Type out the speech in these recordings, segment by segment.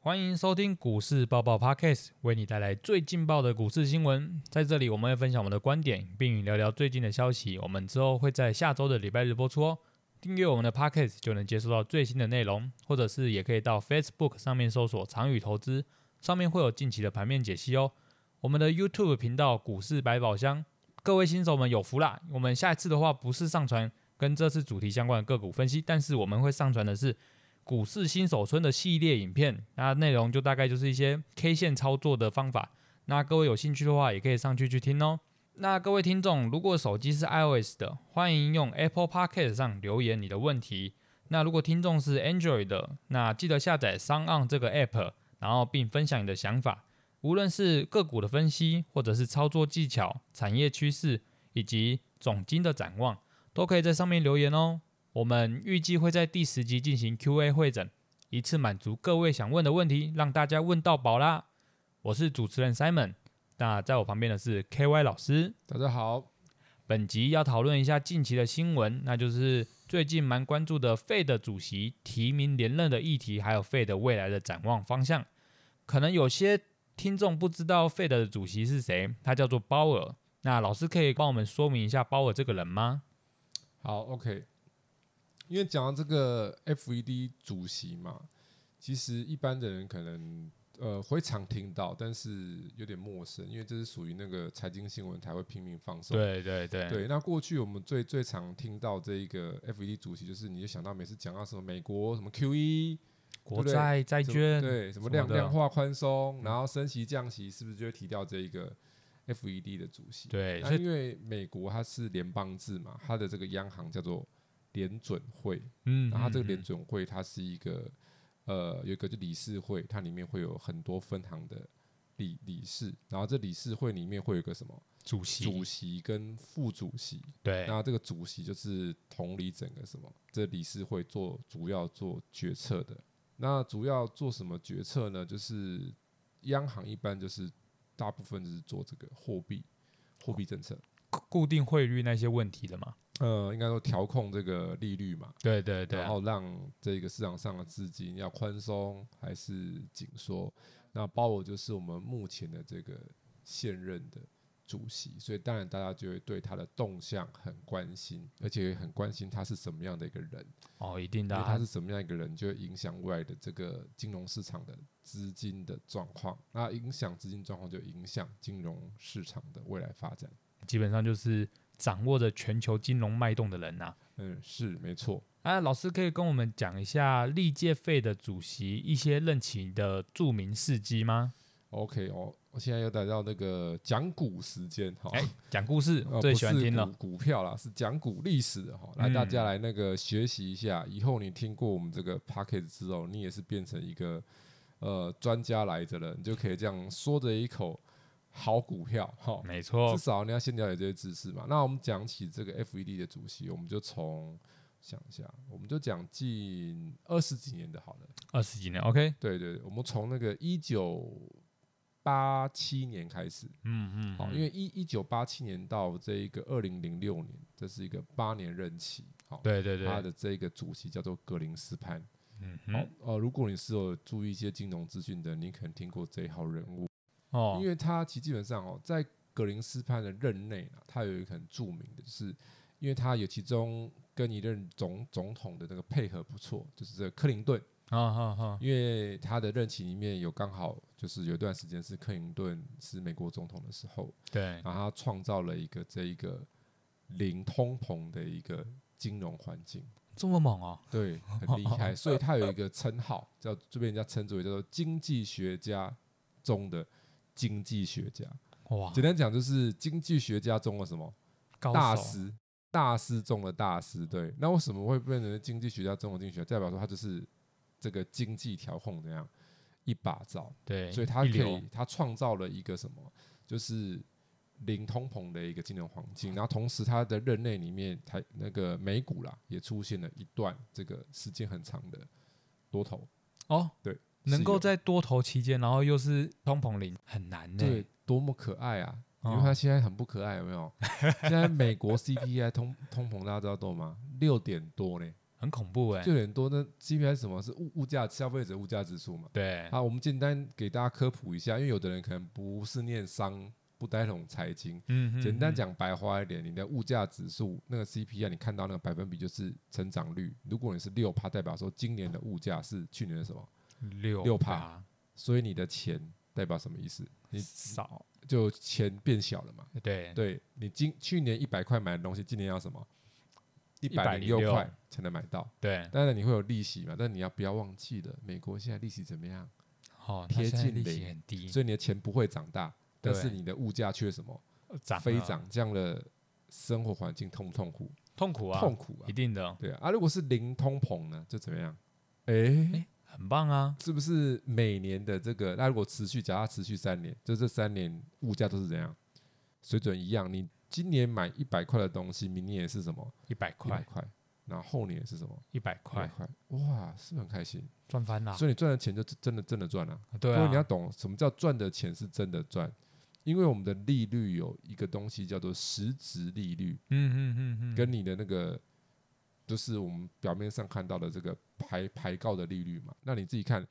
欢迎收听股市爆爆 Podcast，为你带来最劲爆的股市新闻。在这里，我们会分享我们的观点，并聊聊最近的消息。我们之后会在下周的礼拜日播出哦。订阅我们的 Podcast 就能接收到最新的内容，或者是也可以到 Facebook 上面搜索“长宇投资”，上面会有近期的盘面解析哦。我们的 YouTube 频道“股市百宝箱”，各位新手们有福啦！我们下一次的话不是上传跟这次主题相关的个股分析，但是我们会上传的是股市新手村的系列影片，那内容就大概就是一些 K 线操作的方法。那各位有兴趣的话，也可以上去去听哦。那各位听众，如果手机是 iOS 的，欢迎用 Apple Podcast 上留言你的问题。那如果听众是 Android 的，那记得下载 s o n On 这个 App，然后并分享你的想法。无论是个股的分析，或者是操作技巧、产业趋势以及总金的展望，都可以在上面留言哦。我们预计会在第十集进行 Q&A 会诊，一次满足各位想问的问题，让大家问到饱啦。我是主持人 Simon，那在我旁边的是 KY 老师。大家好，本集要讨论一下近期的新闻，那就是最近蛮关注的 Fed 主席提名连任的议题，还有 Fed 未来的展望方向。可能有些听众不知道 Fed 的主席是谁，他叫做鲍尔。那老师可以帮我们说明一下鲍尔这个人吗？好，OK。因为讲到这个 FED 主席嘛，其实一般的人可能呃会常听到，但是有点陌生，因为这是属于那个财经新闻才会拼命放送。对对对对，那过去我们最最常听到这一个 FED 主席，就是你就想到每次讲到什么美国什么 QE，国债债券，对，什什么么量的量化宽松，然后升息降息，是不是就会提到这一个 FED 的主席？对，那所以因为美国它是联邦制嘛，它的这个央行叫做联准会，嗯，然后它这个嗯联准会它是一个呃有一个就理事会，它里面会有很多分行的理理事，然后这理事会里面会有一个什么主席，主席跟副主席，对，那这个主席就是统理整个什么这理事会做主要做决策的，那主要做什么决策呢？就是央行一般就是大部分就是做这个货币货币政策。固固定汇率那些问题的嘛。呃，应该说调控这个利率嘛，对对对啊然，后让这个市场上的资金要宽松还是紧缩。那鲍尔就是我们目前的这个现任的主席，所以当然大家就会对他的动向很关心，而且很关心他是什么样的一个人，哦，一定因的为啊、他是什么样一个人，就会影响未来的这个金融市场的资金的状况。那影响资金状况，就影响金融市场的未来发展。基本上就是掌握着全球金融脉动的人呐、啊。嗯，是没错。老师可以跟我们讲一下历届费的主席一些任期的著名事迹吗？ OK 哦，我现在又来到那个讲股时间哈，哎、讲故事呃我最喜欢哦不是听了。股股票啦，是讲股历史的哈，来嗯大家来那个学习一下，以后你听过我们这个 p a c k a g e 之后，你也是变成一个呃专家来着了，你就可以这样说着一口好股票哈，没错至，少你要先了解这些知识嘛。那我们讲起这个 FED 的主席，我们就从想一下，我们就讲近二十几年的好了。二十几年，OK，对对，对我们从那个一九八七年开始，嗯嗯，好、哦因为一一九八七年到这一个二零零六年，这是一个八年任期，好、对对他对，的这个主席叫做格林斯潘。嗯好、哼，呃，如果你是有注意一些金融资讯的，你可能听过这一号人物，哦因，为他其实基本上哦，在格林斯潘的任内呢，他有一个很著名的，就是因为他有其中跟一任总总统的那个配合不错，就是这个克林顿。好好好，因为他的任期里面有刚好就是有一段时间是克林顿是美国总统的时候，对然，后他创造了一个这一个零通膨的一个金融环境，这么猛哦，对，很厉害，所以他有一个称号叫就被人家称之为叫做经济学家中的经济学家，哇，简单讲就是经济学家中的什么高大手啊师。大师中的大师，对，那为什么会变成经济学家中的经济学家？代表说他就是这个经济调控怎样一把照，对，所以他一可流以，他创造了一个什么，就是零通膨的一个金融环境，然后同时他的任内里面，台那个美股啦也出现了一段这个时间很长的多头，哦，对，能够是有在多头期间，然后又是通膨零，很难呢、对多么可爱啊！嗯哦因为他现在很不可爱，有没有？现在美国 CPI 通通膨大家知道多吗？六点多呢，很恐怖哎、就很多那 CPI 是什么是物物价消费者物价指数嘛？对，好，我们简单给大家科普一下，因为有的人可能不是念商，不带懂财经。嗯哼简单，讲白话一点，你的物价指数那个 CPI，你看到那个百分比就是成长率。如果你是六趴，代表说今年的物价是去年的什么？嗯六六趴所以你的钱代表什么意思？你少，就钱变小了嘛？对，对你今去年一百块买的东西，今年要什么？一百零106六块才能买到。对，当然你会有利息嘛，但你要不要忘记了，美国现在利息怎么样？好、哦，它贴现在近利息零很低，所以你的钱不会长大，但是嗯对你的物价却什么涨飞了涨，这样的生活环境痛不痛苦？痛苦啊，痛苦啊一！定的，对啊，啊，如果是零通膨呢，就怎么样？哎、很棒啊，是不是每年的这个？那如果持续，假如它持续三年，就这三年物价都是怎样水准一样？你今年买一百块的东西，明年也是什么一百一块，百块，然后后年也是什么一百一百块，块？哇，是不是很开心？赚翻了，所以你赚的钱就真的真的赚了、啊。对各位啊，你要懂什么叫赚的钱是真的赚，因为我们的利率有一个东西叫做实质利率，嗯嗯嗯嗯，跟你的那个就是我们表面上看到的这个排排告的利率嘛。那你自己看，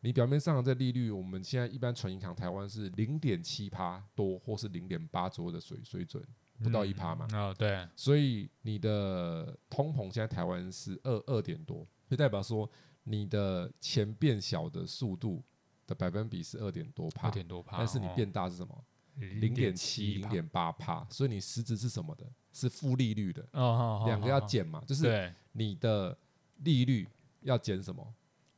你表面上的这利率，我们现在一般存银行台湾是零点七趴多，或是零点八左右的水水准，不到一趴嘛。嗯哦，对，所以你的通膨现在台湾是二二点多，就代表说你的钱变小的速度的百分比是二点多二帕，点多趴，哦但是你变大是什么？零零点七、零点八帕，所以你实质是什么的？是负利率的，哦哦，哦两个要，哦减嘛，就哦是对你的利率要减什么？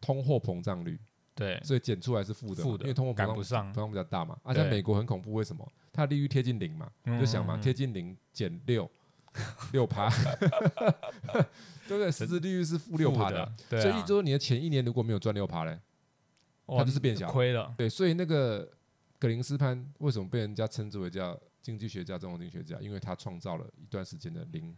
通货膨胀率，对，所以减出来是负的嘛，负的因为通货膨赶不胀上膨，胀比较大嘛。而对且美国很恐怖，为什么？它的利率贴近零嘛，嗯你就想嘛，嗯嗯贴近零减 六，六趴， 对不对？实质利率是负六趴负的，，对啊，所以就是你的前一年如果没有赚六趴嘞，哇它就是变小亏了，对，所以那个格林斯潘为什么被人家称之为叫经济学家、中国经济学家？因为他创造了一段时间的零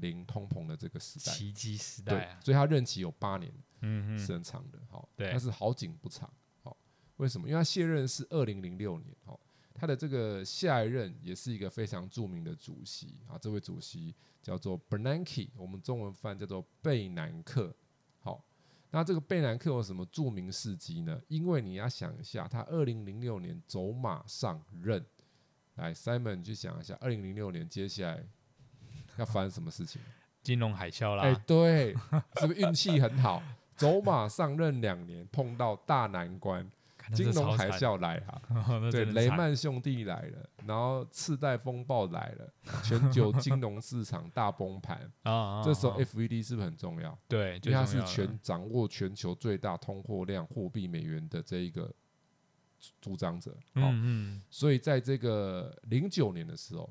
零通膨的这个时代。奇迹时对代，啊，所以他任期有八年，嗯嗯是很长的。好、对但是好景不长。好、为什么？因为他卸任是二零零六年。好、他的这个下一任也是一个非常著名的主席啊，这位主席叫做 Bernanke，我们中文翻叫做贝南克。好、那这个贝南克有什么著名事迹呢？因为你要想一下，他二零零六年走马上任。来，Simon，你去想一下，二零零六年接下来要发生什么事情？金融海啸哎、啦，对，是不是运气很好？走马上任两年，碰到大难关，看 那金这融超海惨， 啸来了，那对，真的雷惨曼兄弟来了，然后次贷风暴来了，全 球金融市场大崩盘。啊啊，这时候啊 FED 是不是很重要？对，因最为它重是要的全掌握全球最大通货量货币美元的这一个主主张者。嗯好嗯，所以在这个零九年的时候，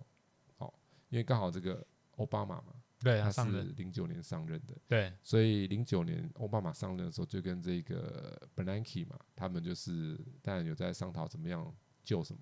好、因为刚好这个奥巴马嘛，对他他是上任，零九年上任的。对，所以零九年奥巴马上任的时候，就跟这个 Bernanke 嘛，他们就是当然有在商讨怎么样救什么，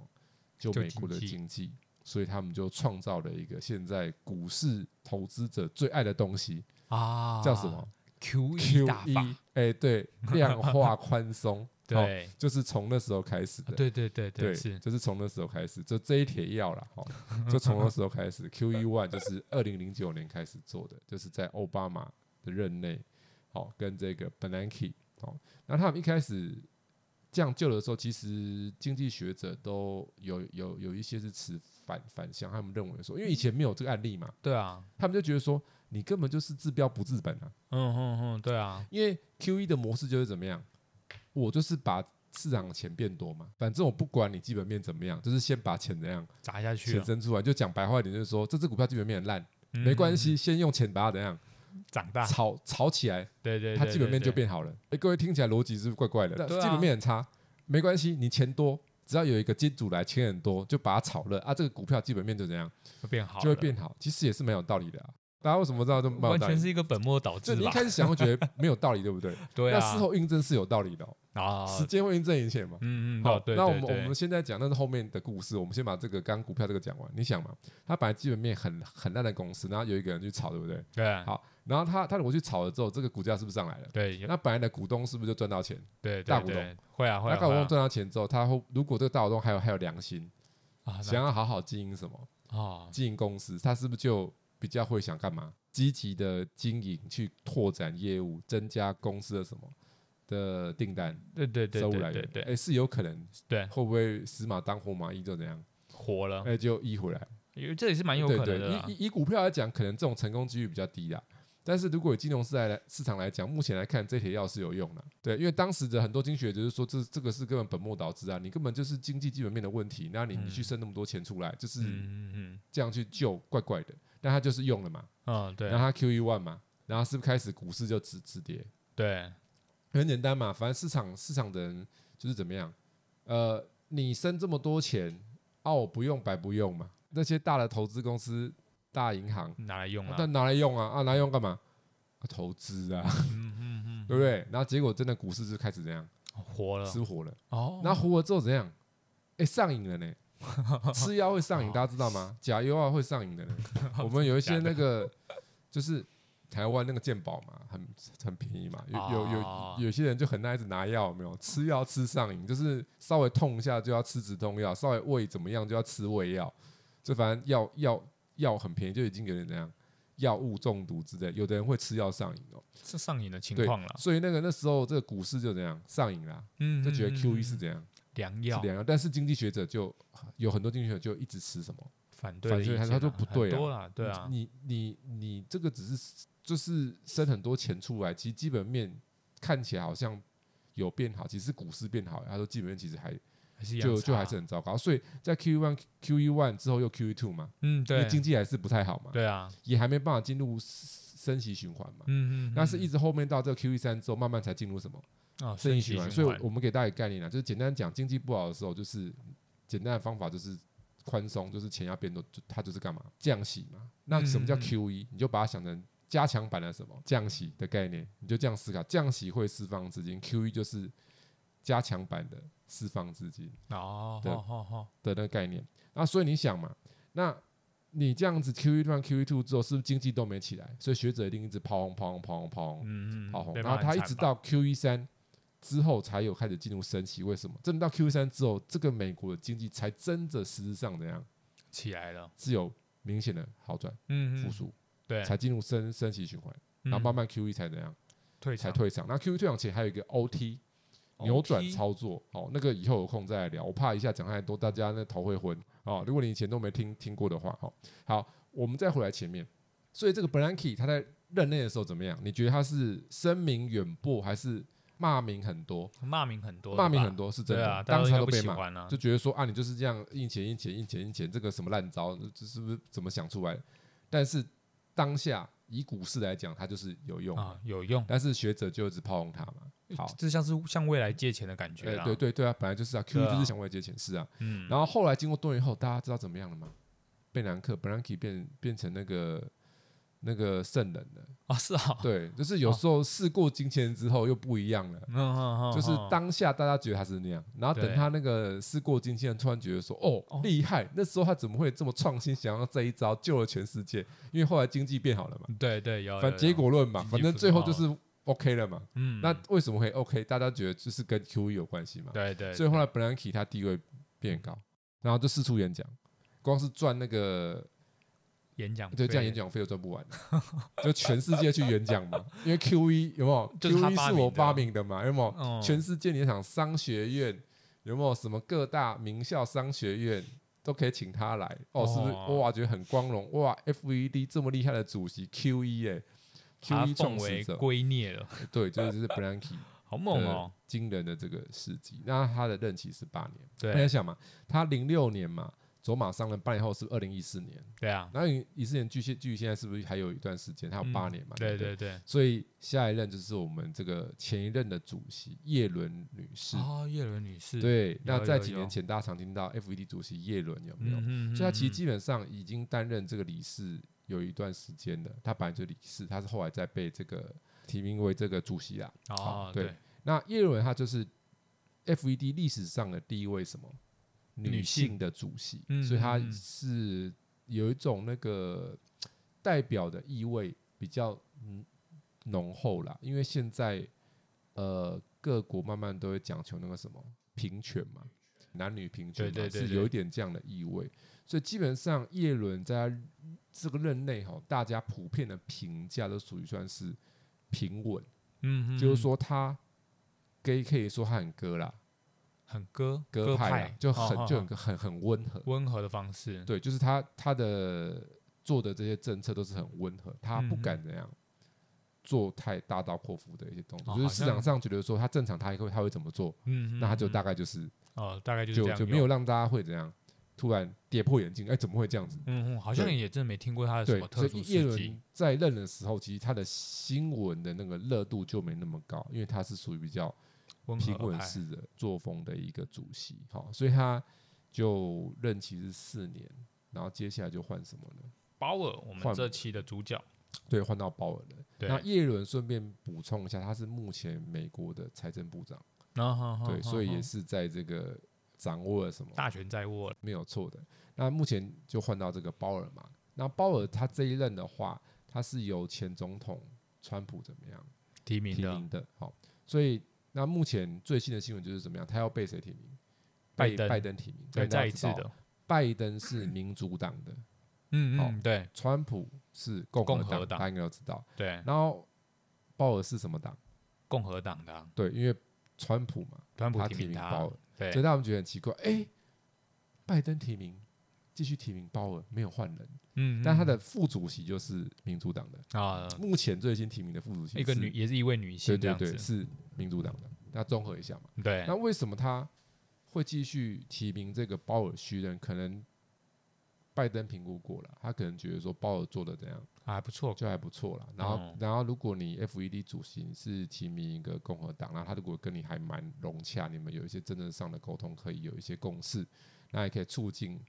救救美国的经济经济，所以他们就创造了一个现在股市投资者最爱的东西，啊，叫什么？QE 大 QE？法，哎、对，量化宽松， 哦，对，就是从那时候开始啊的。对对对对，是，就是从那时候开始，就这一帖药了，哦，就从那时候开始，QE One 就是二零零九年开始做的，就是在奥巴马的任内，哦，跟这个 Bernanke，哦，那他们一开始这样救的时候，其实经济学者都有有有一些是持反反向，他们认为说，因为以前没有这个案例嘛，对啊，他们就觉得说，你根本就是治标不治本啊，嗯嗯嗯，对啊，因为 Q E 的模式就是怎么样，我就是把市场的钱变多嘛，反正我不管你基本面怎么样，就是先把钱怎样砸下去钱了，生出来。就讲白话一点，就是说这只股票基本面很烂，嗯没关，系，先用钱把它怎样长大，炒炒起来，对对，它对基本面就，对变好了。哎，各位听起来逻辑是不是怪怪的？但对啊基本面很差，没关系，你钱多。只要有一个金主来，钱很多，就把它炒热啊！这个股票基本面就怎样，对会变好，就会，变好。其实也是蛮有道理的啊。大家为什么知道这么蛮有完道理全？是一个本末倒就置你一吧？开始想会觉得没有道理，对不对？ 对那啊，事后印证是有道理的、啊，哦，时间会印证一切嘛。嗯嗯，好哦，对，那我对们我对们现在讲那是后面的故事，我们先把这个刚股票这个讲完。你想嘛，它本来基本面很很烂的公司，然后有一个人去炒，对不对？对好，然后他他如果去炒了之后，这个股价是不是上来了？对有那本来的股东是不是就赚到钱？对对大股对东会啊会啊那大股会啊东赚到钱之后，他会如果这个大股东还有还有良心，啊那想要好好经营什么哦经营公司，他是不是就比较会想干嘛？积极的经营，去拓展业务，增加公司的什么的订单对对对收入来对源对，哎、对是有可能，对会不会死马当活马医就怎样，活了哎、，就医回来，因为这也是蛮有对可能对的啦嗯以。以以股票来讲，可能这种成功几率比较低啦。但是如果以金融市来市场来讲，目前来看这些药是有用的，对，因为当时的很多经济学就是说，这这个是根本本末倒置啊，你根本就是经济基本面的问题，那你你去生那么多钱出来，就是嗯嗯嗯这样去救，怪怪的。但他就是用了嘛，嗯嗯，对然后他 QE one 嘛，然后是不是开始股市就止止跌？对，很简单嘛，反正市场市场的人就是怎么样，呃，你生这么多钱，啊，我不用白不用嘛。那些大的投资公司、大银行，拿来用啊了。但拿来用啊，啊，拿来用干嘛？啊投资啊， 嗯对不对？然后结果真的股市就开始怎样，活哦了失火了。哦，那火了之后怎样？哎，上瘾了呢。吃药会上瘾，大家知道吗？甲优啊会上瘾的呢。我们有一些那个，就是台湾那个健保嘛，很很便宜嘛。有有哦有有些人就很爱一直拿药，有没有吃药吃上瘾，就是稍微痛一下就要吃止痛药，稍微胃怎么样就要吃胃药，就反正药药药很便宜，就已经有点怎样药物中毒之类。有的人会吃药上瘾哦，是上瘾的情对况了，。所以那个那时候这个股市就怎样上瘾啦，嗯，就嗯觉得嗯 Q E 嗯是怎样。良是药，良药，但是经济学者就有很多经济学者就一直吃什么，反对反的意见对他啊，说就不对很啊多啦，对啊，你你你这个只是就是生很多钱出来，其实基本面看起来好像有变好，其实股市变好，他说基本面其实还还是一样就就还差是很糟糕，所以在 Q E one Q E one 之后又 Q E two 嘛，嗯因为对经济还是不太好嘛，对啊，也还没办法进入升息循环嘛。嗯嗯，那是嗯一直后面到这个 Q E 三之后，慢慢才进入什么哦生意息循环。所以我们给大家一个概念啊，就是简单讲，经济不好的时候，就是简单的方法就是宽松，就是钱要变多，就它就是干嘛降息嘛。那什么叫嗯嗯嗯 QE？、你就把它想成加强版的什么降息的概念，你就这样思考，降息会释放资金，QE 就是加强版的释放资金哦，对好好好，的那个概念。那所以你想嘛，那你这样子 E，QE one、QE two 之后，是不是经济都没起来？所以学者一定一直抛红、抛红、抛红、抛红。嗯嗯，好被红，骂然后很它一惨直吧到 Q 一三之后才有开始进入升息。为什么？真的到 Q 一三之后，这个美国的经济才真的实质上怎样起来了，是有明显的好转嗯复嗯，苏，对，嗯才进入升升息循环，然后慢慢慢 Q E 才怎样退才场退场。那 Q E 退场前还有一个 O T 扭转 OT 操作，哦，那个以后有空再来聊，我怕一下讲太多，大家那头会昏哦。如果你以前都没听听过的话，哦，好，我们再回来前面。所以这个 Blanky 他在任内的时候怎么样？你觉得他是声名远播，还是骂名很多？骂名很多的吧，骂名很多是真对的，啊，大家当时应该他都不被喜骂，欢啊，就觉得说啊，你就是这样印钱、印钱、印钱、印钱，这个什么烂招，这是不是怎么想出来的？但是当下以股市来讲，它就是有用，啊有用，但是学者就一直炮轰它嘛。好，这像是向未来借钱的感觉哎、啦，对对对啊，本来就是啊，Q 对 E 啊就是想为了借钱是啊，嗯，然后后来经过多年后，大家知道怎么样了吗？贝南克 （Blanky） 变变成那个那个圣人了，啊是啊，对， 就是有时候事过境迁之后又不一样了。嗯嗯嗯，就是嗯当下大家觉得他是那样，然后等对他那个事过境迁，突然觉得说哦哦厉害，那时候他怎么会这么创新，想要这一招救了全世界？因为后来经济变好了嘛，对对嗯有，反正有结，有果论嘛，经济反正复苏最后就好是 OK 了嘛。嗯，那为什么会 OK？大家觉得就是跟 QE 有关系嘛？对对，嗯所以后来 Blanky 他地位变高，然后就四处演讲，光是赚那个演讲对，这样费演讲费都赚 不完，就全世界去演讲嘛。因为 Q E 有没有 就是他？Q E 发是明我的发明的嘛，有没有？哦全世界你想商学院有没有什么各大名校商学院都可以请他来哦，是不哦是？哇，觉得很光荣哇！F E D 这么厉害的主席 Q E 哎把它，Q E 奉创为始者，圭臬了，对，就是就是 Blanky 好猛的哦，惊人的这个事迹。那他的任期是八年，那你在对想嘛，他零六年嘛，走马上任八年后是二零一四年。对啊，嗯然后你一四年距现距离现在是不是还有一段时间？还有八年嘛？对不对。对对，所以下一任就是我们这个前一任的主席叶伦女士。哦，叶伦女士，对，那在有几有年前大家常听到 FED 主席叶伦有没有？嗯，嗯嗯，所以他其嗯实基本上已经担任这个理事有一段时间了。他本来就理事，他是后来再被这个提名为这个主席啊。哦好对对，那叶伦他就是 FED 历史上的第一位什么女女性性的主席，嗯所以她嗯嗯是有一种那个代表的意味比较嗯浓厚啦。因为现在呃各国慢慢都会讲求那个什么平权嘛，男女平均嘛，对对对是对有一点这样的意味。所以基本上，叶伦在他这个任内哈，大家普遍的评价都属于算是平稳，嗯，嗯就是说他 gay 可以说他很哥啦，很歌鸽派派啦就很、哦哦就哦很很很温和，温和的方式，对，就是他他的做的这些政策都是很温和，他不嗯哼敢怎样做太大刀阔斧的一些动作，哦就是好市场像上觉得说他正常他会他会怎么做，嗯，嗯那他就嗯大概就是哦，大概就是就这样就用，没有让大家会怎样突然跌破眼镜，哎，怎么会这样子？嗯，嗯好像对也真的没听过他的什对么，特所殊以叶事迹伦，在任的时候，其实他的新闻的那个热度就没那么高，因为他是属于比较温平和稳派，式的作风的一个主席，好，所以他就任期是四年，然后接下来就换什么呢？鲍尔，我们换这期的主角，对，换到鲍尔了。对，那叶伦顺便补充一下，他是目前美国的财政部长，然后对，所以也是在这个掌握了什么嗯大权在握了，没有错的。那目前就换到这个鲍尔嘛。那鲍尔他这一任的话，他是由前总统川普怎么样提名提的名的？好，所以那目前最新的新闻就是怎么样，他要被谁提名？拜被登拜登提名。对，但大家再一知次道的，拜登是民主党的，嗯好嗯，对川普是共共和和党大家应该都知道。对，然后鲍尔是什么党？共和党的啊对，因为川普嘛，川普他提提名名他鲍，尔，所以对，他们觉得很奇怪。哎，拜登提名，继续提名鲍尔，没有换人。嗯，但他嗯的副主席就是民主党的，啊，目前最新提名的副主席是一个女，也是一位女性对这对样对，子，是民主党的。那综合一下嘛，对那，为什么他会继续提名这个鲍尔续任？可能拜登评估过了，他可能觉得说鲍尔做的怎样还不错，就还不错啦。然后，嗯然后如果你 FED 主席你是提名一个共和党，然后他如果跟你还蛮融洽，你们有一些政治上的沟通，可以有一些共识，那也可以促进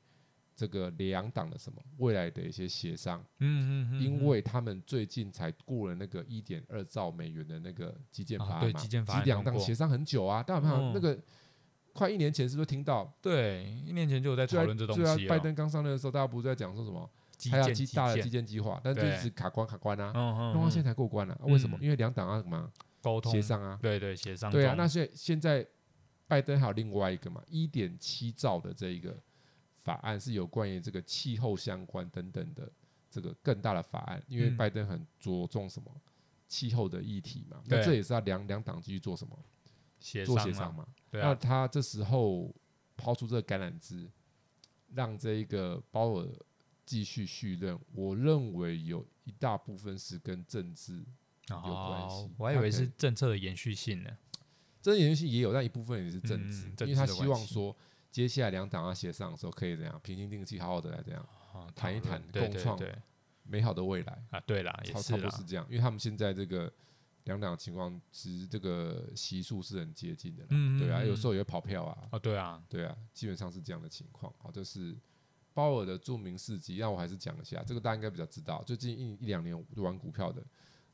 这个两党的什么未来的一些协商。嗯嗯嗯，因嗯为他们最近才过了那个一点二兆美元的那个基建法案嘛，啊对基建法案其实两通党过协商很久啊，但嗯好像那个快一年前是不是听到？对一年前就有在虽讨然论这东虽然西拜了，登刚上任的时候，大家不是在讲说什么基还要建基基大的建基建计划，但就对一直卡关卡关啊，嗯弄到嗯嗯，现在才过关啊，为什么？嗯因为两党要什么沟通协，商啊？对对协商中，对啊，那所以现在拜登还有另外一个嘛，一点七兆的这一个法案是有关于这个气候相关等等的这个更大的法案，因为嗯拜登很着重什么气候的议题嘛，对那这也是要两两党继续做什么协做协商商嘛，嘛。对那啊，他这时候抛出这个橄榄枝，让这一个鲍尔继续续任，我认为有一大部分是跟政治关系哦，我还以他为可是能政策的延续性呢，真言性也有，但一部分也是政治，嗯政治因为他的希关望系说接下来两党要协商的时候，可以怎样平心定气，好好的来怎样啊谈一讨论谈对共对创对美好的未来，啊，对啦，也差是差不啦多，是这样。因为他们现在这个两党的情况，其实这个习数是很接近的啦，嗯对啊，有时候候也会跑票啊，哦，对啊，对啊，基本上是这样的情况。好，这是鲍尔的著名事迹，让我还是讲一下，这个大家应该比较知道。最近一一两年我玩股票的，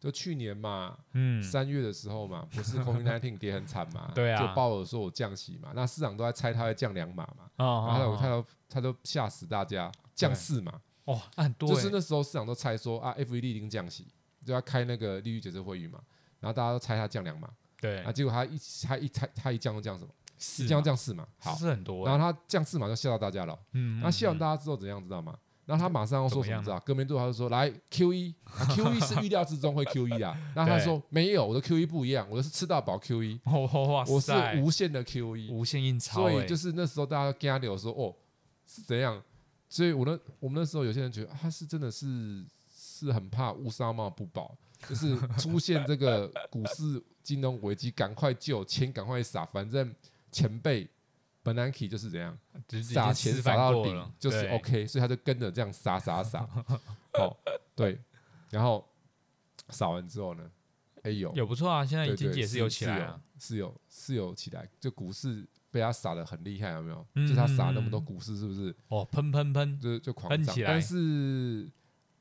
就去年嘛，嗯，，三月的时候嘛，不是 COVID 1 9跌很惨嘛对啊就鲍尔说我降息嘛，那市场都在猜他会降两码嘛，哦然后哦他哦都他都吓死大家，降四码，哦，那很多欸，就是那时候市场都猜说啊，FED 已经降息，就要开那个利率决策会议嘛，然后大家都猜他降两码，对啊，，结果他一他一猜他一降就降什么，是一降嘛就降四码，好，是很多欸，啊然后他降四码就吓到大家了，嗯，嗯那吓完嗯大家之后怎样知道吗？然后他马上要说怎么什样么知道？隔没多久他就说来 Q 一、 啊、，Q 一是预料之中会 Q 一啊。然后他说没有，我的 Q 一不一样，我的是吃到饱 Q 一，哦哦哇我是塞，无限的 Q 一。无限印钞所欸，以就是那时候大家跟他聊说哦是怎样，所以我那我们那时候有些人觉得、啊、他是真的是是很怕乌纱帽不保，就是出现这个股市金融危机，赶快救钱，赶快撒，反正前辈 Bernanke 就是怎样。只是已撒经钱示撒范到过底了，就是对 OK，所以他就跟着这样撒 撒撒，哦，对，然后撒完之后呢，哎有，有不错啊，现在对经对济也是有起来啊，是有是有起来，就股市被他撒的很厉害，有没有？嗯就他撒那嗯么多嗯股市，是不是哦，喷喷喷，就就狂喷涨起？来但是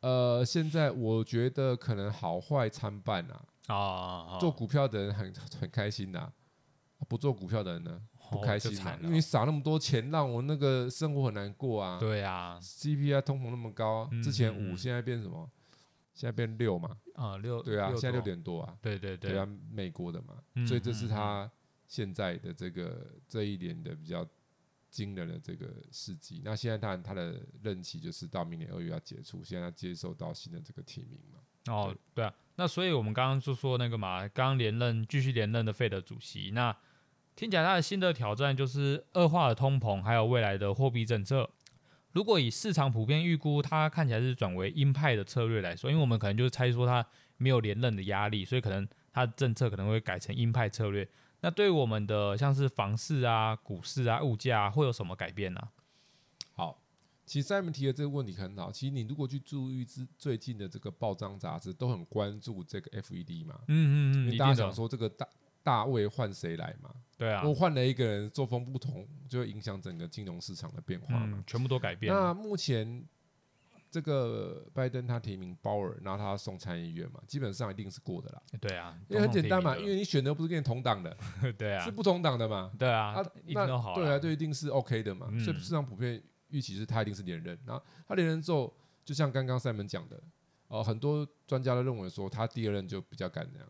呃，现在我觉得可能好坏参半啊，啊啊，啊做股票的人很很开心呐、不做股票的人呢不哦开就心嘛惨，了因为撒那么多钱，让我那个生活很难过啊。对啊， CPI 通膨那么高，嗯之前嗯五、嗯现在变什么？现在变六嘛？啊六对啊，现在六多，点多啊，对对对啊，美国的嘛，嗯所以这是嗯他现在的这个这一年的比较惊人的这个事迹。那现在当然他的任期就是到明年二月要结束，现在他接受到新的这个提名嘛。哦，对啊，那所以我们刚刚就说那个嘛，刚刚连任继续连任的费德主席，那听起来他的新的挑战就是恶化的通膨，还有未来的货币政策。如果以市场普遍预估，他看起来是转为鹰派的策略来说，因为我们可能就是猜说他没有连任的压力，所以可能他的政策可能会改成鹰派策略。那对于我们的像是房市啊、股市啊、物价、啊、会有什么改变呢、好，其实 Simon 提的这个问题很好。其实你如果去注意之最近的这个报章杂志，都很关注这个 FED 嘛，嗯嗯因嗯，为一大家定想的，说这个大大卫换谁来嘛？对啊如，果换了一个人，作风不同，就会影响整个金融市场的变化嘛。嗯，全部都改变了，那目前这个拜登他提名鲍尔，然后他送参议院嘛，基本上一定是过的啦，对啊，因为很简单嘛，通通因提名为你选的不是跟你同党的，了 对啊是，不同党的嘛，对啊，啊一定都好对啦啊，对，一定是 OK 的嘛，嗯所以市场普遍预期是他一定是连任，然后他连任之后，就像刚刚 Simon 讲的，呃，很多专家都认为说他第二任就比较敢那样，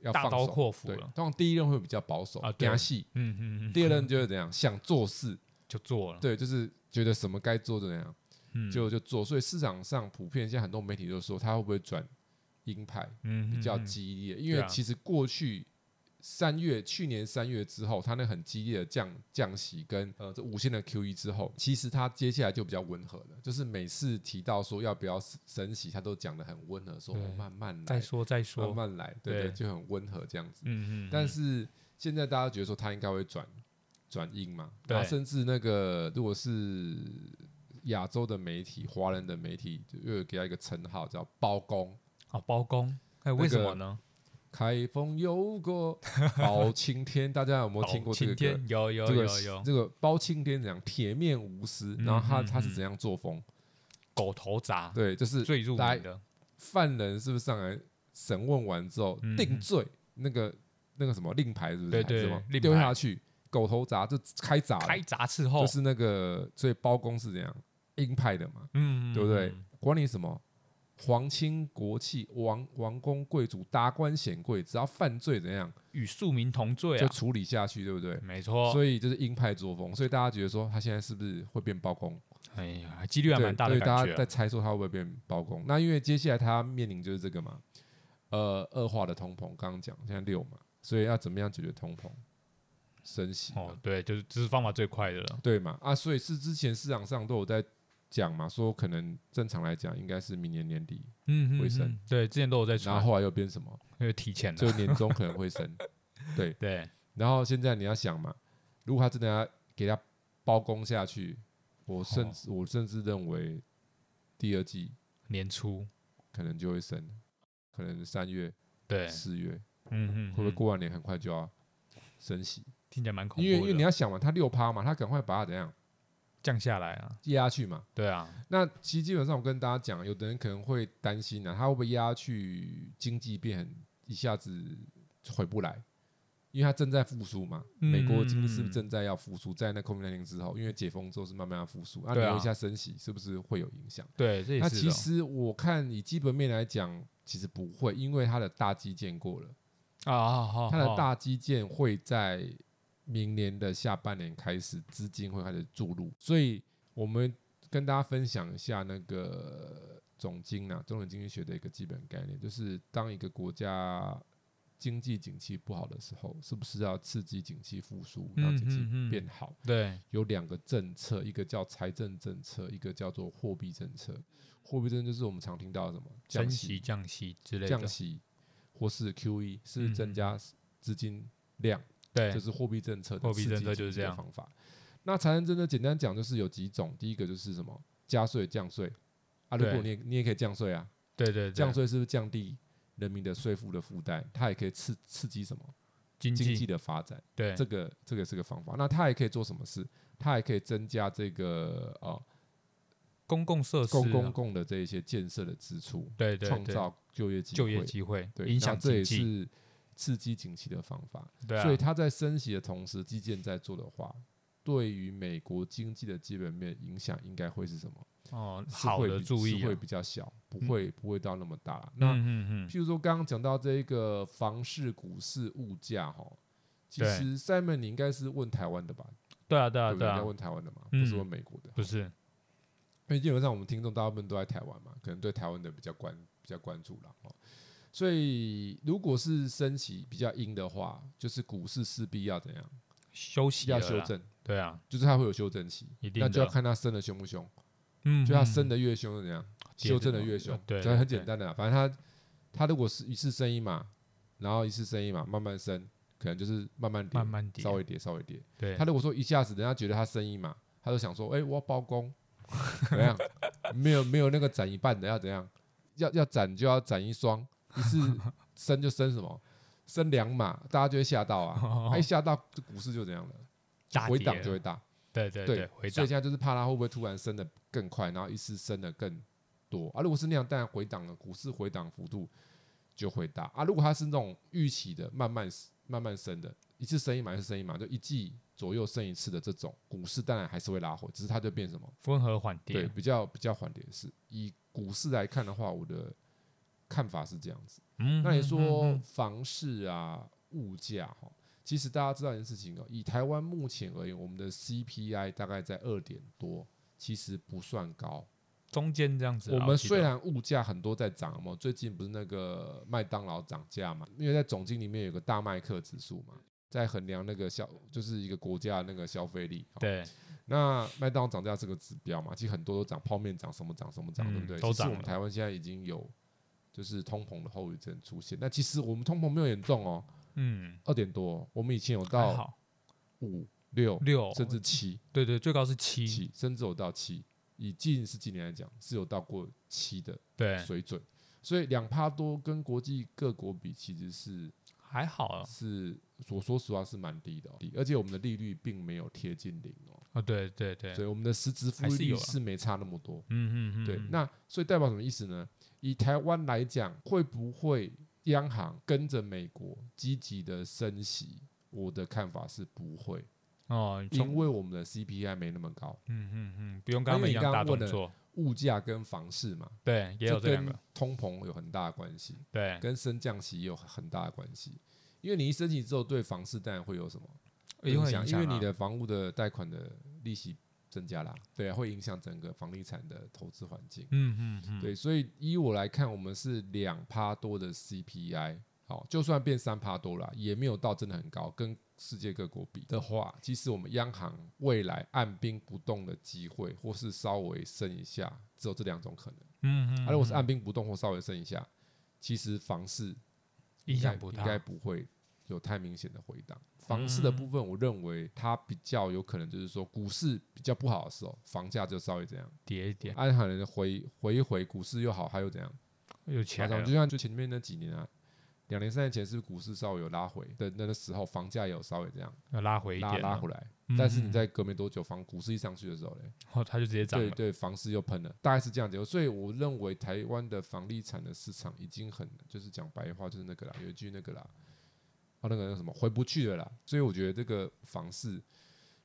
要大啊放刀手阔斧对，了通常第一任会比较保守啊对压戏，嗯嗯嗯，第二任就是怎样想做事，就做了，对，就是觉得什么该做就怎样。嗯，就就做。所以市场上普遍现在很多媒体都说他会不会转鹰派嗯比较嗯嗯激烈，因对为啊其实过去三月去年三月之后，他那很激烈的降降息跟呃这无限的 QE 之后，其实他接下来就比较温和了，就是每次提到说要不要升息，他都讲的很温和，说、对哦慢慢再来，说再慢说，慢来，对对，对就很温和这样子。嗯嗯，但嗯是现在大家觉得说他应该会转转硬嘛，对然后甚至那个如果是亚洲的媒体、华人的媒体，就又有给他一个称号叫“包公哦，包公，哎，为那什个么呢？”。开封有个包青天，大家有没有包听过这青个歌？哦天有有这有个有这个包青天怎样铁面无私，然后他嗯嗯他是嗯怎样作风？狗头铡对，啊就是最入来门的，犯人是不是上来审问完之后、嗯定罪？那个那个什么令牌是不是？对对还是吗令丢牌下去，狗头铡就开闸了开闸伺候就，是那个，所以包公是怎样鹰派的嘛，嗯，嗯对不对？嗯管你什么皇亲国戚、王王公贵族、达官显贵，只要犯罪怎样、与庶民同罪就啊，嗯哦处理下去，对不对？没错，所以就是鹰派作风，所以大家觉得说他现在是不是会变包公？哎呀，几率还对，蛮大所的以大感家觉在啊，猜说他会不会变包公？那因为接下来他面临就是这个嘛，呃，恶化的通膨，刚刚讲现在六嘛，所以要怎么样解决通膨？升息嘛哦，对，就是这是方法最快的了，对嘛？啊，所以是之前市场上都有在讲嘛，说可能正常来讲应该是明年年底，嗯会嗯升嗯，对，之前都有在然传后，后来又变什么，因为提前就了，年终可能会 升。对，然后现在你要想嘛，如果他真的要给他包攻下去，我哦甚至、我甚至认为第二季年初，可能就会升，可能三月、对，四月嗯嗯，会不会嗯？过完年很快就要升息？听起来蛮恐因为因怖为你的，要想嘛，他六趴嘛，他赶快把它怎样降下来啊，压下去嘛，对啊，那其实基本上我跟大家讲，有的人可能会担心啊，他会不会压下去经济变很一下子回不来？因为它正在复苏嘛，嗯美国经济是不是正在要复苏？在那 COVID-19 之后，因为解封之后是慢慢要复苏，那、对啊留一下升息是不是会有影响？对，这也那是哦其的实我看以基本面来讲，其实不会，因为它的大基建过了，啊啊，好它的好大基建会在明年的下半年开始，资金会开始注入，所以我们跟大家分享一下那个总经啊，中原经济学的一个基本概念，就是当一个国家经济景气不好的时候，是不是要刺激景气复苏，嗯让景嗯嗯气变好？对，有两个政策，一个叫财政政策，一个叫做货币政策。货币政策就是我们常听到的什么升降息、降息之类的降，息，或是 QE，是不嗯是嗯增加资金量，对这，是货币政策的货币刺政激策经就是济这的样方法。那财政政策简单讲就是有几种，第一个就是什么加税降税啊，如对果你也你也可以降税啊，对对，降对税是不是降低人民的税负的负担？它也可以刺刺激什么经经济济，的发展，对，这个这个是个方法。那它也可以做什么事？它也可以增加这个呃公共设施啊，公公共的这一些建设的支出，对对创对造就业机就业会机会，对，影那响经这也济，是刺激景气的方法。对啊，所以它在升息的同时，基建在做的话，对于美国经济的基本面影响应该会是什么？哦，是好会的比注意是啊会，比较小，不会、不会到那么大啦。嗯那、嗯嗯，譬如说刚刚讲到这一个房市、股市、物价哈，其对实 Simon 你应该是问台湾的吧？对啊，对啊，对不对？对你啊在，问台湾的嘛，嗯不是问美国的。不是，因为基本上我们听众大部分都在台湾嘛，可能对台湾的比较关比较关注了哦。所以如果是升息比较阴的话，就是股市势必要怎样？休息要了修啦，正，对啊，就是它会有修正期，一定那就要的啊看它升的凶不凶。嗯，就它嗯升的越凶，怎样？跌修得正的多越凶，哦对这对很对简单的啦。啊反正它它如果是一次升一码，然后一次升一码，慢慢升，可能就是慢慢跌，慢慢跌，稍微跌，稍微跌。对他，如果说一下子人家觉得他生意嘛，他就想说，哎、我要包工， 怎样？没有没有那个斩一半的要怎样？要要斩就要斩一双，一次升就升什么？升两码，大家就会吓到 啊！他一吓到，这股市就怎样了？就哦大回跌档了就会大，对对对，回所档以现在就是怕它会不会突然升的更快，然后一次升的更多啊？如果是那样，当然回档了，股市回档幅度就会大啊。如果它是那种预期的，慢慢慢慢升的，一次升一码，一次升一码，就一季左右升一次的这种，股市当然还是会拉回，只是它就变什么？温和缓对，跌，比较比较缓跌是。以股市来看的话，我的看法是这样子。嗯，那你嗯说嗯房市啊、物价哈，其实大家知道一件事情哦，以台湾目前而言，我们的 CPI 大概在二点多，其实不算高。中间这样子啦，我们啊记虽得然物价很多在涨嘛，最近不是那个麦当劳涨价嘛，因为在总经里面有个大麦克指数嘛，在衡量那个消就是一个国家的那个消费力。，对那麦当劳涨价是个指标嘛，其实很多都涨，泡面涨，什么涨什么涨，嗯对不对？都其实涨我们了台湾现在已经有就是通膨的后遗症出现，那其实我们通膨没有严重哦，嗯，二点多，我们以前有还到好五六六，哦甚至七对对，最高是七，七，甚至有到七，以近十几年来讲是有到过七的对，水准，所以两趴多跟国际各国比其实是还好啊是我说实话是蛮低的、哦，低而且我们的利率并没有贴近零哦，哦，对对对，所以我们的实质负还利是有率啊是没差那么多。嗯嗯嗯，对，嗯那所以代表什么意思呢？以台湾来讲，会不会央行跟着美国积极的升息？我的看法是不会，哦，从因为我们的 CPI 没那么高，嗯嗯嗯，不用因跟他为们一你样刚大刚动问了作，物价跟房市嘛，对，也有这两个，，哎通膨有很大的关系，对，跟升降息也有很大的关系。因为你一升息之后，对房市当然会有什么也会响？影因响为啊你的房屋的贷款的利息增加啦，对啊，会影响整个房地产的投资环境。嗯嗯嗯，对，所以依我来看，我们是两趴多的 CPI，好，就算变三趴多了，也没有到真的很高。跟世界各国比的话，其实我们央行未来按兵不动的机会，或是稍微升一下，只有这两种可能。嗯嗯，啊、如嗯果是按兵不动或稍微升一下，其实房市影应该响不应该大，嗯不会有太明显的回档。房市的部分，我认为它比较有可能就是说，股市比较不好的时候，房价就稍微怎样，跌一跌，安行人回回一回，股市又好，还有怎样？有钱马上了就像就前面那几年啊，两年三年前是不是股市稍微有拉回的那个时候，房价也有稍微这样要拉回一拉点拉了，回来，嗯但是嗯你在隔没多久，房股市一上去的时候嘞，哦，它就直接涨对了，对，房市又喷了，大概是这样子。所以我认为台湾的房地产的市场已经很，就是讲白话就是那个啦，有一句那个啦，哦那个叫什么回不去了啦。所以我觉得这个房市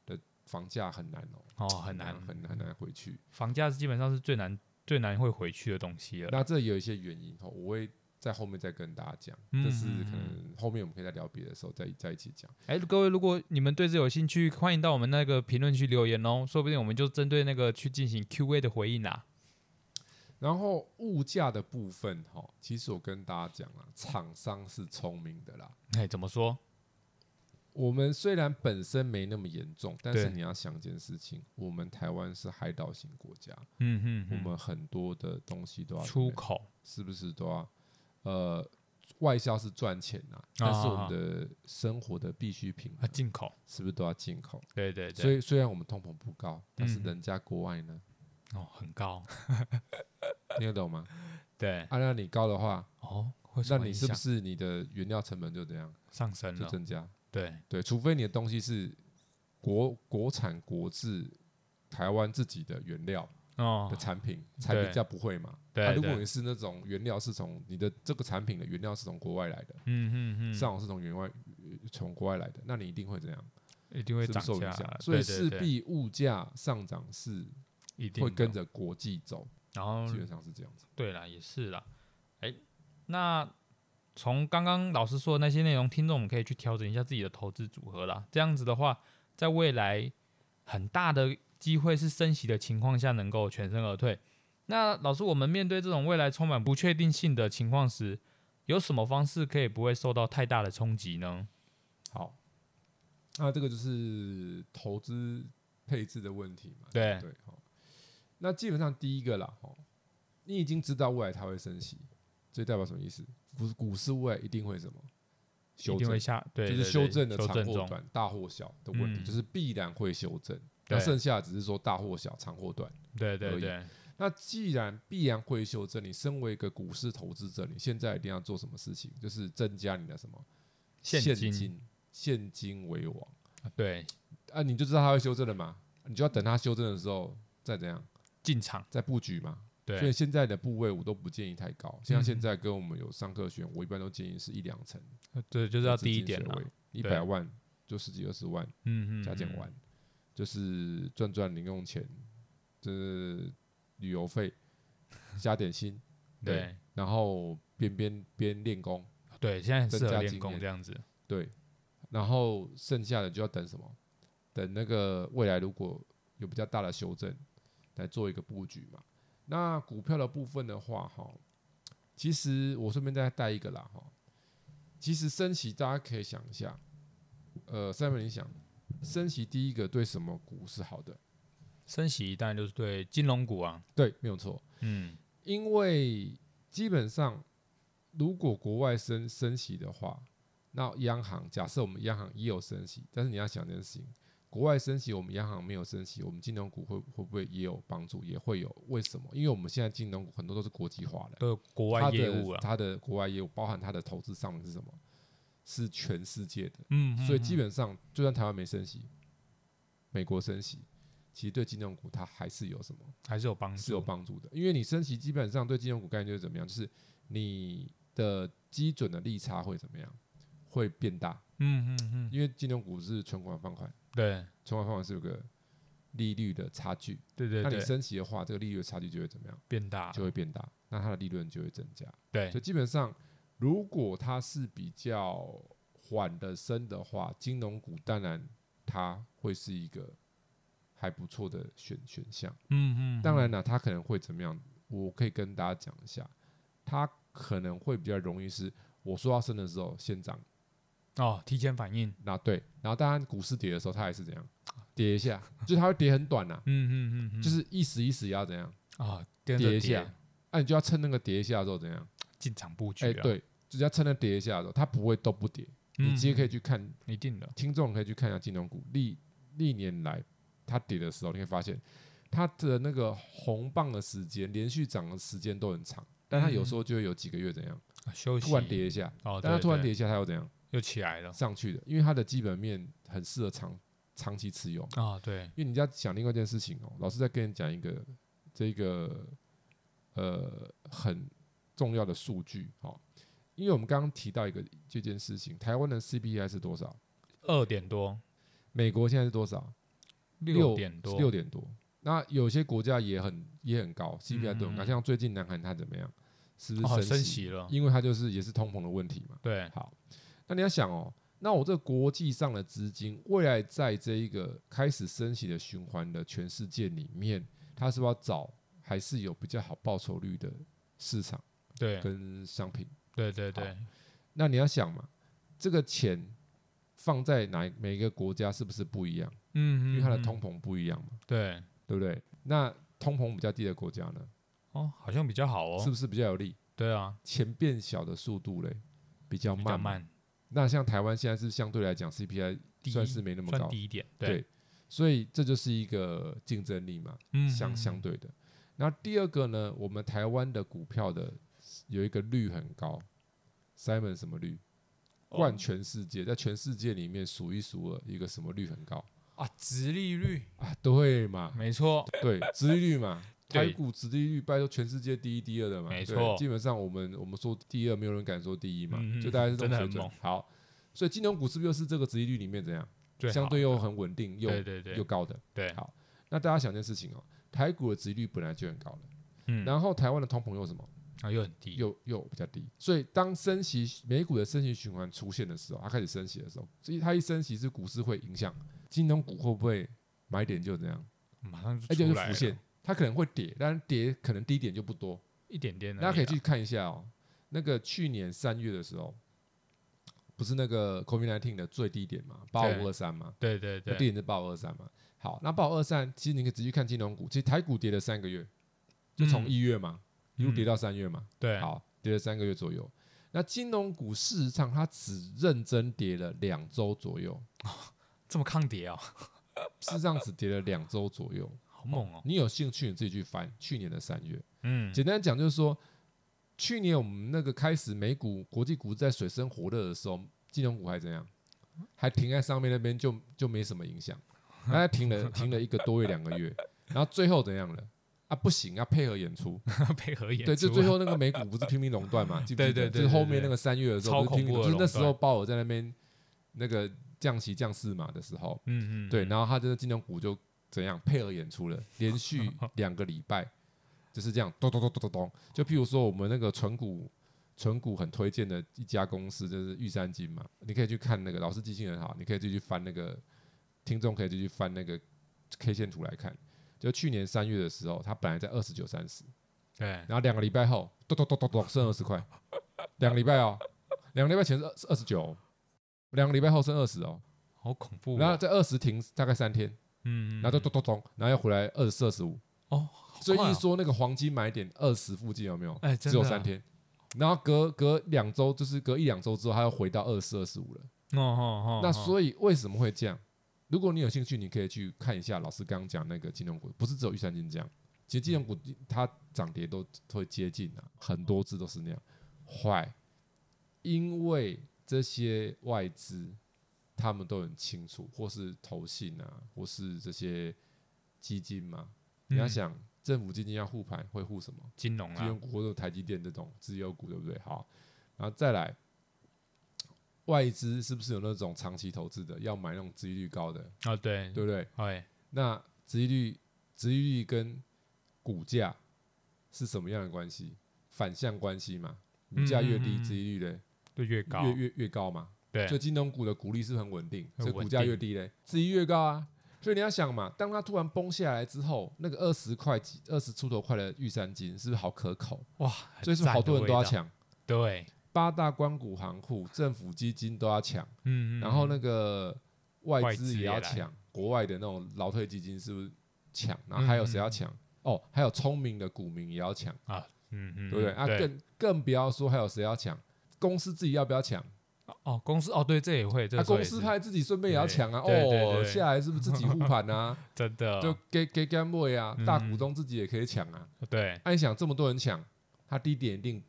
的房价很难哦，哦，很难，很很难回去。房价基本上是最难最难会回去的东西了，那这有一些原因哈，我会在后面再跟大家讲，嗯这是可嗯能后面我们可以在聊别的时候再再一起讲。哎，各位，如果你们对这有兴趣，欢迎到我们那个评论区留言哦，说不定我们就针对那个去进行 Q&A 的回应啊啦。然后物价的部分哈，其实我跟大家讲啊，厂商是聪明的啦。哎，怎么说？我们虽然本身没那么严重，但是对你要想一件事情，我们台湾是海岛型国家，嗯嗯，我嗯们很多的东西都要出口，口是不是都要呃外销是赚钱呐、但是我啊们的生活的必需品啊，呢进口，是不是都要进口？对对对，所以虽然我们通膨不高，但是嗯人家国外呢，哦，很高，听得懂吗？对，啊，那你高的话，哦，会那什么你影是不响？是你的原料成本就怎样上升就了？增加？对，对，除非你的东西是国国产国制台湾自己的原料哦的，产品，才对比较不会嘛。对啊，如对果你是那种原料是从你的这个产品的原料是从国外来的，嗯嗯上好是从原外呃从国外来的，那你一定会怎样？嗯，一定会是不涨是受价影啦响，，所以对对势对必物价上涨是一定会的哦跟。着国际走，然后基本上是这样子。对啦，也是啦，哎，那从刚刚老师说的那些内容，听众们可以去调整一下自己的投资组合啦。这样子的话，在未来很大的机会是升息的情况下能够全身而退。那老师，我们面对这种未来充满不确定性的情况时，有什么方式可以不会受到太大的冲击呢？好，那这个就是投资配置的问题嘛，对对，好。那基本上第一个啦，哦，你已经知道未来它会升息，这代表什么意思？股股市未来一定会什么？修一定正会，下，对，就是对修对正的修长正或中，短、大或小的问题，嗯就是必然会修正。对那剩下的只是说大或小、长或短。对对而已对，那既然必然会修正，你身为一个股市投资者，你现在一定要做什么事情？就是增加你的什么现现金金现金为王对啊，你就知道它会修正了嘛，你就要等它修正的时候再怎样进场，再布局嘛。所以对嗯现在的部位我都不建议太高，像现在跟我们有上课学员，我一般都建议是一两成，对，就是要低一点啊了，一百万就十几二十万嗯嗯，加减嗯完，就是赚赚零用钱，这、旅游费加点薪，对然后边边边练功，对，现在很适增合加练经功验这样子，对，然后剩下的就要等什么？等那个未来如果有比较大的修正，来做一个布局嘛。那股票的部分的话，哈，其实我顺便再带一个啦，哈，其实升息大家可以想一下，呃，三本你想，升息第一个对什么股是好的？升息当然就是对金融股啊，对，没有错，嗯，因为基本上，如果国外升升息的话，那央行假设我们央行也有升息，但是你要想一件事情，国外升息，我们央行没有升息，我们金融股会会不会也有帮助？也会有，为什么？因为我们现在金融股很多都是国际化的，都有国外它业的务啊，它的国外业务包含它的投资上面是什么？是全世界的，嗯，嗯所以基嗯本上就算台湾没升息，美国升息，其实对金融股它还是有什么？还是有帮是有助，帮助的，因为你升息基本上对金融股概念就是怎么样，就是你的基准的利差会怎么样，会变大，嗯嗯嗯，因为金融股是存款放款，对存款放款是有个利率的差距，对对那你对，啊升息的话，这个利率的差距就会怎么样，变大，就会变大，那它的利润就会增加，对所以基本上如果它是比较缓的升的话，金融股当然它会是一个还不错的选选项。嗯嗯，当然了，它可能会怎么样？我可以跟大家讲一下，它可能会比较容易是，我说要升的时候先涨，哦，提前反应，那对，然后当然股市跌的时候，它还是怎样跌一下，就它会跌很短呐、嗯嗯嗯嗯，就是一时一时也要怎样，啊，跟着跌一下那、你就要趁那个跌一下的时候怎样？进场布局哎、啊，对，就是要趁那跌一下的时候，它不会都不跌，嗯，你直接可以去看，一定的，听众可以去看一下金融股历历年来它跌的时候，你会发现它的那个红棒的时间，连续涨的时间都很长，但它嗯有时候就会有几个月怎样。啊休息突然跌一下，哦，但它对突然对跌一下，它又怎样又起来了上去的？因为它的基本面很适合长长期持有。啊，对，因为你要想另外一件事情哦，老师在跟你讲一个这个呃很重要的数据哦，因为我们刚刚提到一个这件事情，台湾的 CPI 是多少？二点多，美国现在是多少？六点多，六点多。那有些国家也很也很高，CPI 都很高，嗯嗯像最近南韩它怎么样？是不哦是升息？息了，因为它就是也是通膨的问题嘛。对，好，那你要想哦，那我这国际上的资金，未来在这一个开始升息的循环的全世界里面，它是不是要找还是有比较好报酬率的市场对，跟商品？对对对，那你要想嘛，这个钱放在哪一每一个国家是不是不一样？嗯，因为它的嗯通膨不一样嘛，对，对不对？那通膨比较低的国家呢，哦，好像比较好哦，是不是比较有利？对啊，钱变小的速度嘞比较比慢嘛，较慢，那像台湾现在是相对来讲 CPI 低算是没那么算高，低一点，对，所以这就是一个竞争力嘛，嗯，相嗯相对的。然后第二个呢，我们台湾的股票的有一个率很高，Simon 什么率？哦冠全世界，在全世界里面数一数二，一个什么率很高啊，直利率，啊？对嘛，没错，对， 殖利率嘛，台对股殖利率拜托全世界第一、第二的嘛，没对错基本上我们我们说第二，没有人敢说第一嘛，嗯嗯就大概是这真的种很水准猛。好，所以金融股是不是又是这个殖利率里面怎样，最相好对的又很稳定又对对对又高的？对，好那大家想一件事情哦，台股的殖利率本来就很高了，嗯，然后台湾的通膨又什么啊又很低，又又比较低，所以当升息美股的升息循环出现的时候，它开始升息的时候，所以它一升息是股市会影响金融股会不会买点就这样，马上而就且出是来哎浮了现，它可能会跌，但是跌可能低点就不多，一点点而已啊，大家可以去看一下哦。那个去年三月的时候，不是那个 COVID-19 的最低点嘛，八五二三嘛，对对那对低，点是八五二三嘛。好，那八五二三，其实你可以仔细看金融股，其实台股跌了三个月，就从嗯一月嘛，一路嗯跌到三月嘛，对，好，跌了三个月左右。那金融股事实上它只认真跌了两周左右，这么抗跌哦，事实上只跌了两周左右。 好猛哦，你有兴趣你自己去翻去年的三月。嗯， 简单讲就是说，去年我们那个开始美股国际股市在水深火热的时候，金融股还怎样？还停在上面那边就就没什么影 响，它停了停了一个多月两个月，然后最后怎样了？啊，不行啊，配合演出，配合啊演对，就出最后那个美股不是拼命垄断 嘛？记不记对得？对对就是后对面那个三月的时超候，不是拼恐命怖的就是那时垄候鲍尔在那边那个降息降四码的时候，嗯嗯，对，然后他真的金融股就怎样配合演出了，连续两个礼拜就是这样咚咚咚咚咚咚。就譬如说我们那个纯股，纯股很推荐的一家公司就是玉山金嘛，你可以去看那个老师记性很好，你可以继续翻那个听众可以继续翻那个 K 线图来看。就去年三月的时候，它本来在二十九、三十，对，然后两个礼拜后，咚咚咚咚咚，剩二十块。两个礼拜哦，两个礼拜前是二二十九，哦两个礼拜后剩二十哦。好恐怖哦，然后在二十停大概三天，嗯，嗯，然后就咚咚咚，然后又回来二十四、二十五，哦，所快以一哦说那个黄金买点二十附近有没有？哎，只真有的三啊，天，然后隔隔两周，就是隔一两周之后，它又回到二十、二十五了。哦哦哦，那哦所以为什么会这样？如果你有兴趣，你可以去看一下老师刚刚讲那个金融股，不是只有玉山金这样，其实金融股嗯它涨跌都会接近啊，很多只都是那样。坏，因为这些外资他们都很清楚，或是投信啊，或是这些基金嘛，你要嗯想政府基金要护盘会护什么？金融金啊融，股或者台积电这种自由股，对不对？好，然后再来，外资是不是有那种长期投资的，要买那种殖利率高的，啊对，对不对？哎，那殖利率、殖利率跟股价是什么样的关系？反向关系嘛，股价越低，嗯嗯嗯殖利率嘞就越高，越越越高嘛。嗯对所以，金融股的股利是很稳定，很所以稳股价定越低嘞，殖利率越高啊。所以你要想嘛，当它突然崩下来之后，那个二十块几、二十出头块的玉山金是不是好可口？哇，很所以是不是赞好的多人味都要道，抢，对，八大关谷行库、政府基金都要抢，嗯，嗯然后嗯那个外外资资也也要来抢，国外的那种劳退基金是不是抢？然后还有谁要抢？哦，还有聪明的股民也要抢，嗯嗯，对不对？嗯啊，更更不要说还有谁要抢，公司自己要不要抢？哦，公司哦，对，这也会，这啊，时候公也司是派自己顺便也要抢啊！对对对哦，对下来是不是自己护 盘啊？真的就给给干位啊，大股嗯东自己也可以抢啊。对按想这么多人抢，它低点一定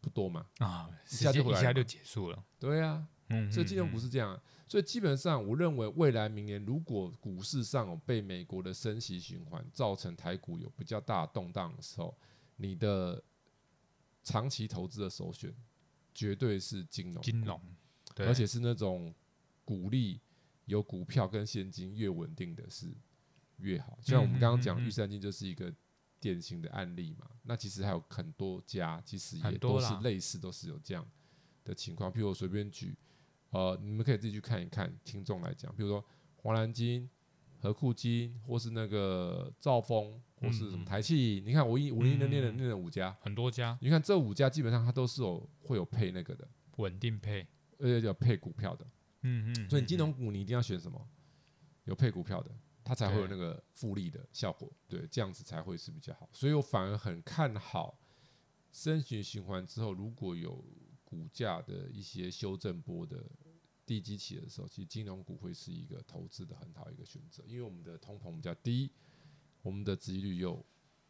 不多嘛？啊，一时下就间回一来下了就嘛结束了，对啊，嗯，所嗯以金融股嗯是这样啊，所以基本上我认为未来明年如果股市上有被美国的升息循环造成台股有比较大的动荡的时候，你的长期投资的首选绝对是金融，金融，对，而且是那种股利有股票跟现金越稳定的是越好。像我们刚刚讲嗯嗯嗯玉山金就是一个典型的案例嘛，那其实还有很多家其实也很多都是啦类似，都是有这样的情况。譬如我随便举，呃，你们可以自己去看一看，听众来讲，譬如说华南金。和库金，或是那个兆丰，或是什嗯嗯么台气，你看我一我一念念了嗯嗯嗯念了五家，很多家你看这五家基本上它都是有会有配那个的，稳定配，而且有配股票的。嗯嗯，所以你金嗯融股你一定要选什么有配股票的，它才会有对那个复利的效果，对，这样子才会是比较好。所以我反而很看好升息循环之后，如果有股价的一些修正波的低基期的时候，其实金融股会是一个投资的很好一个选择，因为我们的通膨比较低，我们的殖利率又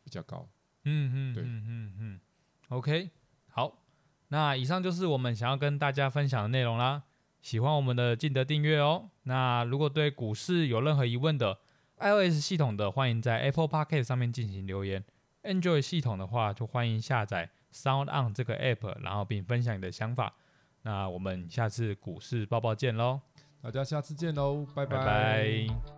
比较高。嗯嗯，对嗯嗯嗯，OK，好，那以上就是我们想要跟大家分享的内容啦。喜欢我们的，记得订阅哦。那如果对股市有任何疑问的，iOS 系统的，欢迎在 Apple Podcast 上面进行留言；Android 系统的话，就欢迎下载 Sound On 这个 app，然后并分享你的想法。那我们下次股市报报见喽，大家下次见喽，拜拜拜